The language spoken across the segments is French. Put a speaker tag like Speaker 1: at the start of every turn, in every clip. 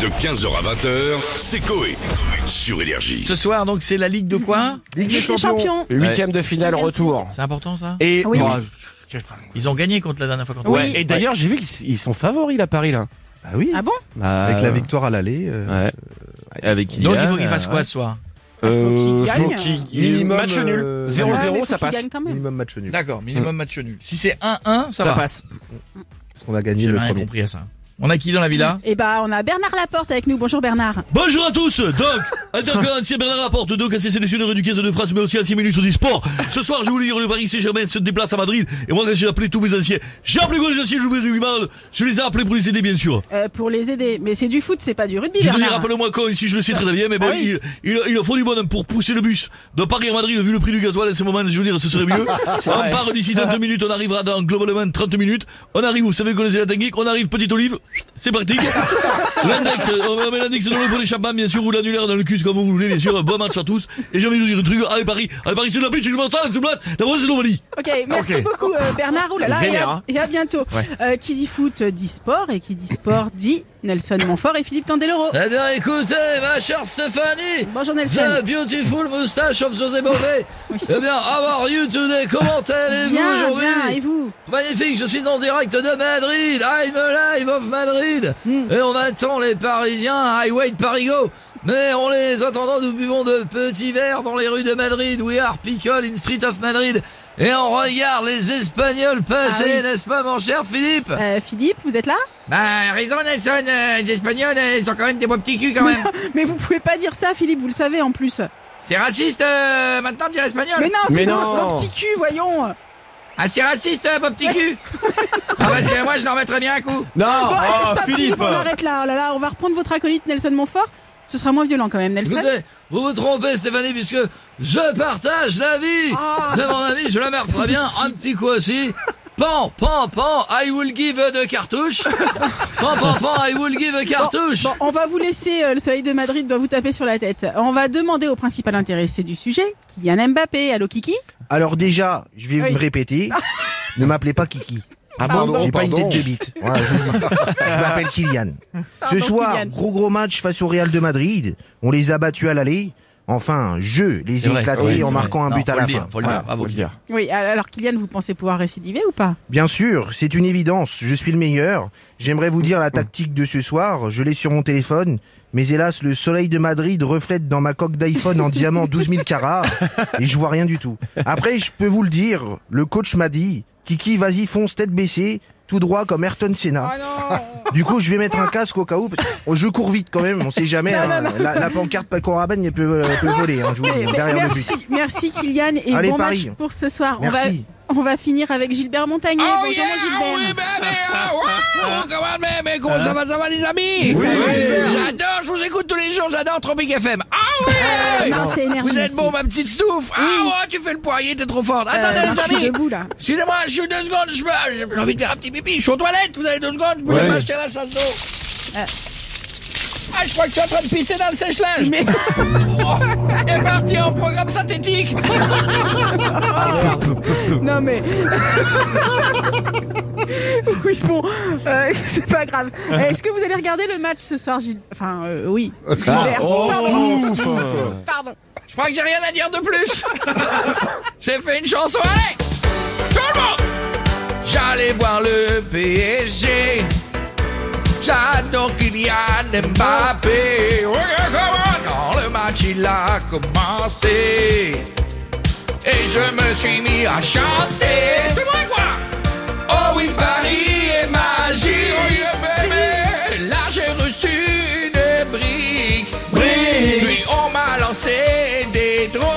Speaker 1: De 15h à 20h, c'est Coé. Sur Énergie.
Speaker 2: Ce soir, donc, c'est la Ligue de quoi
Speaker 3: Ligue des
Speaker 4: Ligue des
Speaker 3: Champions.
Speaker 4: Champions.
Speaker 5: Huitième de finale retour.
Speaker 2: C'est important, ça
Speaker 5: Et
Speaker 4: Oui.
Speaker 5: Oh,
Speaker 2: Ils ont gagné contre la dernière fois contre
Speaker 5: ouais. Et d'ailleurs, j'ai vu qu'ils ils sont favoris là Paris là.
Speaker 3: Bah oui.
Speaker 4: Ah bon
Speaker 5: Bah,
Speaker 3: Avec la victoire à l'aller. euh,
Speaker 5: Ouais.
Speaker 6: Avec
Speaker 2: Donc, il faut qu'ils fassent quoi ce soir
Speaker 5: Euh,
Speaker 4: qu'il
Speaker 5: faut
Speaker 4: gagne.
Speaker 5: qu'il-
Speaker 3: Minimum,
Speaker 5: match nul. Ah,
Speaker 3: euh,
Speaker 5: 0-0,
Speaker 4: Ouais, mais faut
Speaker 5: ça
Speaker 4: qu'il
Speaker 5: passe.
Speaker 4: gagne quand même.
Speaker 3: Minimum match nul.
Speaker 2: D'accord, minimum match nul. Si c'est 1-1, ça,
Speaker 5: Ça
Speaker 2: va.
Speaker 5: passe.
Speaker 3: Parce qu'on a gagné
Speaker 2: J'ai
Speaker 3: le
Speaker 2: rien
Speaker 3: premier.
Speaker 2: compris à ça. On a qui dans la villa
Speaker 4: Eh bah, on a Bernard Laporte avec nous. Bonjour Bernard.
Speaker 7: Bonjour à tous Donc, intercorancien Bernard Laporte, donc ancien sélectionneur du 15 de France, mais aussi ancien ministre des Sports. Ce soir, je voulais dire le Paris Saint-Germain se déplace à Madrid, et moi, quand j'ai appelé tous mes anciens, j'ai appelé quoi les anciens joueurs du mal, je les ai appelés pour les aider, bien sûr.
Speaker 4: Euh, pour les aider. Mais c'est du foot, c'est pas du rugby,
Speaker 7: Je veux dire,
Speaker 4: Bernard.
Speaker 7: rappelle-moi quand, si je le sais très bien, mais bon,
Speaker 4: Ah oui.
Speaker 7: il, il, il faut du bonhomme pour pousser le bus de Paris à Madrid, vu le prix du gasoil à ce moment, je veux dire, ce serait mieux.
Speaker 5: vrai.
Speaker 7: on part d'ici 30 minutes, on arrivera dans globalement 30 minutes. On arrive, vous savez qu'on est à la technique, on arrive, petite olive, c'est pratique. L'index, on met l'index dans le pot des champagnes, bien sûr, ou l'annulaire dans le cul, comme vous voulez, bien sûr. Bon match à tous. Et j'ai envie de vous dire un truc, allez Paris, allez Paris, c'est de la pute, je m'en sors, c'est blague, d'abord c'est l'Ovalie.
Speaker 4: Ok, merci
Speaker 5: Ok.
Speaker 4: beaucoup euh, Bernard. Ouh là là, et,
Speaker 5: Vénère,
Speaker 4: à,
Speaker 5: hein.
Speaker 4: et à bientôt. Euh, qui dit foot euh, dit sport et qui dit sport dit Nelson Montfort et Philippe Candeloro.
Speaker 2: Eh bien, écoutez, ma chère Stéphanie
Speaker 4: Bonjour Nelson.
Speaker 2: beautiful moustache of José Bové Eh bien, how are you today Comment
Speaker 4: bien, bien, et vous
Speaker 2: Magnifique, je suis en direct de Madrid. I'm alive of Madrid.
Speaker 4: Hmm.
Speaker 2: Et on attend les Parisiens. I wait Parigo. Mais en les attendant, nous buvons de petits verres dans les rues de Madrid. We are people in street of Madrid. Et on regarde les Espagnols passer,
Speaker 4: Ah oui.
Speaker 2: n'est-ce pas, mon cher Philippe
Speaker 4: Euh, Philippe, vous êtes là
Speaker 2: Bah, raison, Nelson. euh, les Espagnols, euh, ils ont quand même des beaux petits culs, quand même.
Speaker 4: Mais vous pouvez pas dire ça, Philippe, vous le savez en plus.
Speaker 2: C'est raciste, euh, maintenant, de dire espagnol.
Speaker 4: Mais non,
Speaker 5: Mais
Speaker 4: c'est
Speaker 5: non. Oh,
Speaker 4: nos, nos petits culs, voyons.
Speaker 2: Ah, c'est raciste, euh, beau petit cul. ah, parce que moi, je leur mettrais bien un coup.
Speaker 5: Non.
Speaker 4: Bon, allez, stop,
Speaker 5: Philippe.
Speaker 4: on arrête là. Oh là là, on va reprendre votre acolyte Nelson Montfort. Ce sera moins violent quand même, Nelson.
Speaker 2: Écoutez, vous vous trompez, Stéphanie, puisque je partage l'avis
Speaker 4: Ah.
Speaker 2: de mon ami, je la merde très bien, un petit coup aussi. Pan, pan, pan, I will give a de cartouche. Pan, pan, pan, I will give a cartouche.
Speaker 4: Bon, on va vous laisser, euh, le soleil de Madrid doit vous taper sur la tête. On va demander au principal intéressé du sujet, Kylian Mbappé. Allô Kiki
Speaker 8: Alors déjà, je vais
Speaker 4: Oui.
Speaker 8: me répéter. ne m'appelez pas Kiki.
Speaker 5: Ah bon.
Speaker 4: Pardon.
Speaker 8: J'ai pas une
Speaker 6: pardon.
Speaker 8: tête de bite. Voilà, je, vous le dis. Je m'appelle Kylian.
Speaker 4: Pardon,
Speaker 8: Ce soir,
Speaker 4: Kylian.
Speaker 8: gros gros match face au Real de Madrid. On les a battus à l'aller. Enfin, je les ai éclatés en marquant un but à la fin.
Speaker 2: Faut
Speaker 5: Voilà, faut le dire.
Speaker 4: Oui, alors Kylian, vous pensez pouvoir récidiver ou pas
Speaker 8: Bien sûr, c'est une évidence. Je suis le meilleur. J'aimerais vous dire la tactique de ce soir. Je l'ai sur mon téléphone. Mais hélas, le soleil de Madrid reflète dans ma coque d'iPhone en diamant 12 000 carats. Et je vois rien du tout. Après, je peux vous le dire. Le coach m'a dit, Kiki, vas-y, fonce tête baissée, tout droit comme Ayrton Senna.
Speaker 4: Ah
Speaker 8: Du coup, je vais mettre un casque au cas où. parce que- oh, Je cours vite quand même. On sait jamais.
Speaker 4: Non,
Speaker 8: hein.
Speaker 4: non,
Speaker 8: La, la pancarte Paco Rabanne elle peut, elle peut voler. hein, je vous le dis,
Speaker 4: Mais-
Speaker 8: derrière le but.
Speaker 4: merci, merci Kylian et
Speaker 8: Allez,
Speaker 4: bon
Speaker 8: Paris.
Speaker 4: match pour ce soir.
Speaker 8: Merci.
Speaker 4: On va on va finir avec Gilbert Montagnier.
Speaker 2: Oh
Speaker 4: Bonjour
Speaker 2: yeah,
Speaker 4: mon Gilbert.
Speaker 2: oui, baby, ah, waouh, comment, mais, mais comment ça va, ça va les amis J'adore, je vous écoute tous les jours, j'adore Tropic FM. Ah oui
Speaker 4: Euh, non, c'est énergie
Speaker 2: Vous êtes
Speaker 4: ici.
Speaker 2: bon, ma petite souffle. Ah ouais, tu fais le poirier, t'es trop forte.
Speaker 4: Euh,
Speaker 2: Attendez
Speaker 4: non, je
Speaker 2: les
Speaker 4: suis
Speaker 2: amis,
Speaker 4: debout là.
Speaker 2: excusez-moi, je suis deux secondes, je me- j'ai envie de faire un petit pipi, je suis aux toilettes, vous avez deux secondes, je pouvez m'acheter la chasse d'eau.
Speaker 4: Euh.
Speaker 2: Ah, je crois que tu es en train de pisser dans le sèche-linge.
Speaker 4: Mais-
Speaker 2: Oh, est parti en programme synthétique.
Speaker 4: Non mais. oui bon, euh, c'est pas grave. Euh, Est-ce que vous allez regarder le match ce soir, Gilles Enfin euh, oui. Gilbert.
Speaker 8: oh,
Speaker 4: Pardon. Pardon.
Speaker 2: Je crois que j'ai rien à dire de plus. j'ai fait une chanson. Allez, tout le monde. J'allais voir le PSG. J'adore Kylian Mbappé. Oui, ça va. Quand le match il a commencé. Et je me suis mis à chanter. C'est vrai quoi Oh oui, Paris est magique. Oh yeah, baby. Là j'ai reçu une brique. Puis on m'a lancé des drones.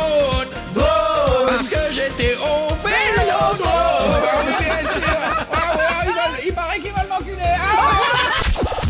Speaker 2: Parce que j'étais au vélodrome. Ah oui, bien sûr. Ah ouais, ils veulent- il paraît qu'ils veulent m'enculer. Ah ouais.